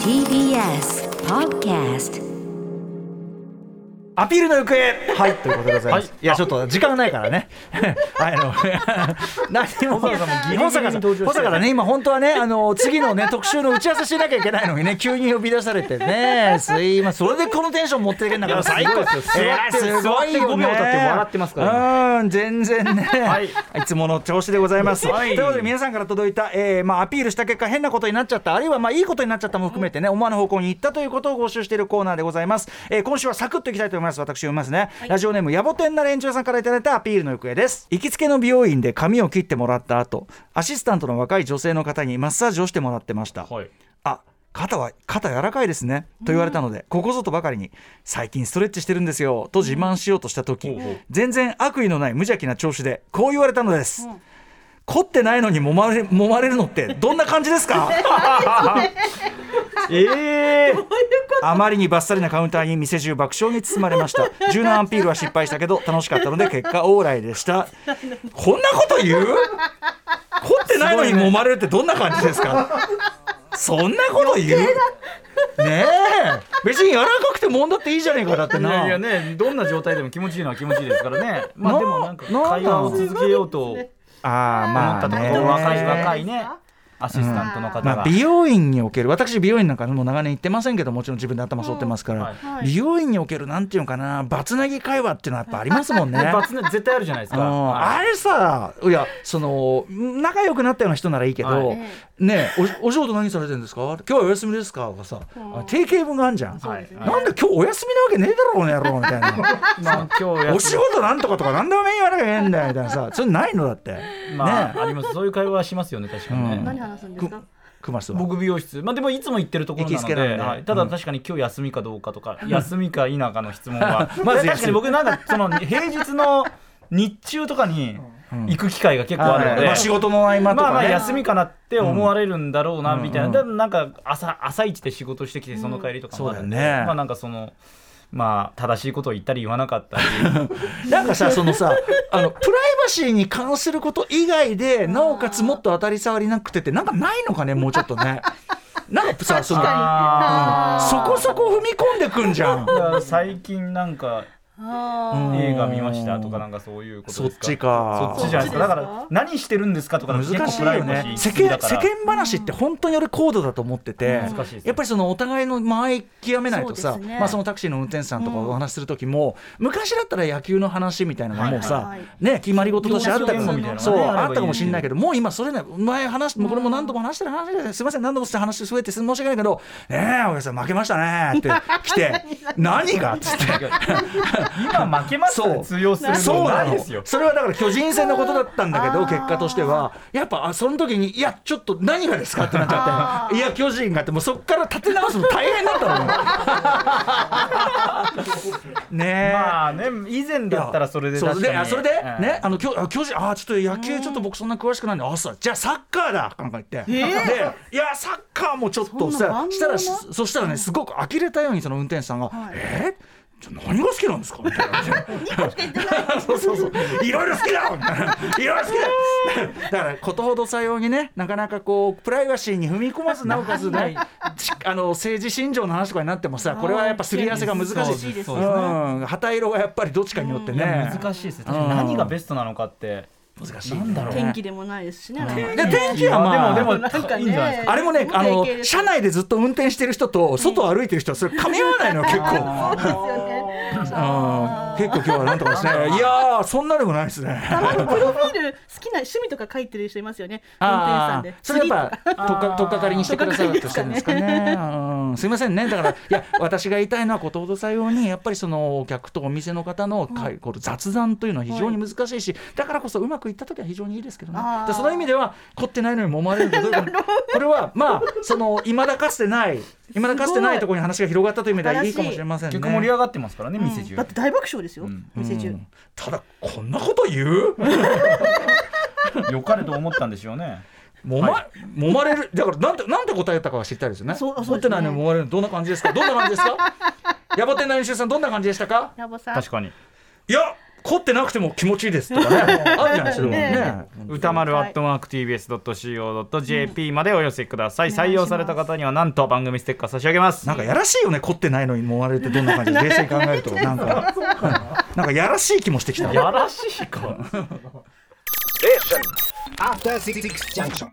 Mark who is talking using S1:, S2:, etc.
S1: TBS Podcast
S2: アピールの行方はいということでございます、
S3: はい
S2: い、やちょっと時間がないから ねあの何も
S3: 坂さんもギリギリに
S2: 保坂さん
S3: 登場して
S2: 保坂さんね今本当はねあの次の ね特集の打ち合わせしなきゃいけないのにね急に呼び出されてねすいませんそれでこのテンション持っていけんだから最高
S3: いやすごいですよ
S2: えーすごい
S3: 座って
S2: よ
S3: 5
S2: ね
S3: 秒経って笑ってますから
S2: うん全然ね、
S3: い
S2: い、つもの調子でございます、
S3: はい
S2: ということで皆さんから届いた、えーまあ、アピールした結果変なことになっちゃったあるいはまあいいことになっちゃったも含めてね思わぬ方向に行ったということを募集しているコーナーでございます、えー今週はサクッといきたいと思います私読みますね、ラジオネームやぼてんな連中さんからいただいたアピールの行方です行きつけの美容院で髪を切ってもらった後アシスタントの若い女性の方にマッサージをしてもらってました、
S3: はい
S2: あ肩は肩柔らかいですねと言われたので、ここぞとばかりに最近ストレッチしてるんですよと自慢しようとした時、
S3: ほうほう
S2: 全然悪意のない無邪気な調子でこう言われたのです、凝ってないのに揉まれ揉まれるのってどんな感じですか
S3: ええ
S2: あまりにバッサリなカウンターに店中爆笑に包まれました柔軟アピールは失敗したけど楽しかったので結果オーライでしたこんなこと言う凝ってないのに揉まれるってどんな感じですかそんなこと言うねえ別に柔らかくてもんだっていいじゃねえかだって
S3: いや
S2: ない
S3: やねどんな状態でも気持ちいいのは気持ちいいですからねまあ
S2: な
S3: でもなんか
S2: なんだ
S3: 会話を続けようと思っ
S2: ああま
S3: た
S2: あ
S3: とこ
S2: ね
S3: ろ若い若
S4: い
S3: い
S4: いです
S3: ね
S4: か
S3: アシスタントの方
S2: まあ、
S3: が
S2: 美容院における私美容院なんかもう長年行ってませんけどもちろん自分で頭剃ってますから、
S3: はい
S4: はい
S2: 美容院におけるなんていうのかなバツナギ会話っていうのはやっぱありますも んね。
S3: 一発ね絶対あるじゃないです
S2: う
S3: か
S2: ん
S3: は
S2: あれさいやその仲良くなったような人ならいいけど、
S3: はい
S2: ねおお仕事何されてるんですか今日はお休みですかがさ
S4: うん
S2: 定型文があんじゃん、
S3: いはい
S2: なんで今日お休みなわけねえだろこの野郎みたいな
S3: まあ今日や
S2: お仕事なんとかとか何でも言わなきゃいけないんだよみたいなさそれないのだって、
S3: ま
S2: ね
S3: あありますそういう会話はしますよね確かに
S2: うん
S3: ね
S4: 何話すんですか
S2: 熊さん
S3: 僕美容室まあでもいつも行ってるところな
S2: 行き
S3: の
S2: つけ
S3: で
S2: なんで
S3: はいただ
S2: うん
S3: 確かに今日休みかどうかとか休みか否かの質 問は
S2: まず休み
S3: 確かに僕なんかその平日の日中とかに
S2: うん
S3: 行く機会が結構あるの
S2: はい
S3: で
S2: まあ、仕事の合間と
S3: まあま
S2: か
S3: あ
S2: ね、
S3: 休みかなって思われるんだろうな
S2: うん
S3: みたいな、
S2: うん
S3: でもなんか朝朝一で仕事してきてその帰りとかもあるんで、
S2: そうだよね
S3: まあなんかそのまあ正しいことを言ったり言わなかったり
S2: なんかさそのさ あのプライバシーに関すること以外でなおかつもっと当たり障りなくてってなんかないのかねもうちょっとねなんかさその
S3: あー
S2: そこそこ踏み込んでくんじゃん
S3: だから最近なんか
S4: あ
S2: うん
S3: 映画見ましたとかなんかそういうことですか
S2: そっちか
S3: そっちじゃないですかだから何してるんですかとか
S2: 難
S3: 結構
S2: しい
S3: プライ
S2: よ
S3: バシ
S2: ね
S3: ー
S2: 世
S3: 好き
S2: 間
S3: だか
S2: 世
S3: ら
S2: 間話って本当に俺高度だと思ってて、
S3: 難しいですね
S2: やっぱりそのお互いの間合い極めないとさ
S4: そうですね
S2: まあ、そのタクシーの運転手さんとかお話しする時も、昔だったら野球の話みたいなのがもうさ、
S4: はいはいはい
S2: ね、決まり事としてあったか
S4: 業
S2: も
S4: 務用語みたいなのがね
S2: そう
S3: あればいい
S2: あったかもしれないけどもう今それね前話もうこれも何度も話してる話ですすいません何度もして話増えて申し訳ないけど「ねえお客さん負けましたね」って来て 「何が?」っつって。
S3: 今負けました
S2: そう
S3: ね通用する
S2: そ
S3: の
S2: うな
S3: ない
S2: の
S3: ですよ
S2: それはだから巨人戦のことだったんだけど
S4: あー
S2: 結果としてはやっぱあその時に「いやちょっと何がですか?」ってなっちゃっ
S4: あー
S2: て「いや巨人が」ってもうそっから立て直すの大変だった のねえ。
S3: まあね以前だったらそれで
S2: そう
S3: 確かに
S2: あそれで、
S3: うん
S2: ねあの巨あ巨人あちょっと野球ちょっと僕そんな詳しくないんで、あそうじゃあサッカーだなんか言って、でいやサッカーもちょっと
S4: そんな
S2: さ
S4: 万能な
S2: したらしそしたらねすごく呆れたようにその運転手さんが「
S4: はい
S2: えーちょ何が好きなんですか?」みたいなそうそうそういろいろ好きだみたいないろいろ好きだだからことほどさようにねなかなかこうプライバシーに踏み込まずなおかつねちあの政治信条の話とかになってもさこれはやっぱすり合わせが難しい
S3: そうですね
S2: うん、旗色がやっぱりどっちかによって
S3: いや
S2: ね
S3: 難しいですね
S2: うん
S3: 何がベストなのかって
S2: 難しい、
S3: なんだろう
S4: 天気でもないですしね
S2: で天気はまあ
S3: でもでも
S4: なんかね
S3: いいんじゃないですか
S2: あれもねあの
S4: 定型
S2: 車内でずっと運転してる人と外を歩いてる人はそれ噛み合わないのよ結構。
S4: そうですよね
S2: うん結構今日はなんとかですね。いやーそんなでもないですね。
S4: たまにプロフィール好きな趣味とか書いてる人いますよね運転手さ
S2: あ
S4: んで
S2: あ、それやっぱ、とっか、とっかかりにしてくださるとしてるんですかね。うんすいませんね、だから、い や、私が言いたいのは、ことほどさように、やっぱりそのお客とお店の方の会。この雑談というのは非常に難しいし、だからこそうまくいった時は非常にいいですけどね
S4: あ。ー
S2: でその意味では、凝ってないのに揉まれるとどういうこと。これは、まあ、その、いまだかつて ない、いまだかつてないところに話が広がったという意味では、いいかもしれませんね。
S3: 結構盛り上がってますからね店中
S4: だって大爆笑ですよ
S3: うん
S4: 店
S2: う
S4: 中
S2: んただ、こんなこと言う。
S3: 良かれと思ったんでしょうね
S2: 揉ま,、揉まれるだからなんてなんて答えたかは知りたいですよね。
S4: そうそうですね
S2: 持ってないのに揉まれるのどんな感じ ですか。どんな感じですか。やばてんな練習さんどんな感じでしたか。
S4: ラボさん
S3: 確かに
S2: いや凝ってなくても気持ちいいですとかねあるじゃないですか
S4: ね
S2: ね
S3: 歌丸アットマーク TBS.CO.JP までお寄せください、採用された方にはなんと番組ステッカー差し上げます
S2: なんかやらしいよね凝ってないのに思われてどんな感じで冷静に考えるとなんか うんなんかやらしい気もしてきた
S3: やらしいか
S1: After Six Junction.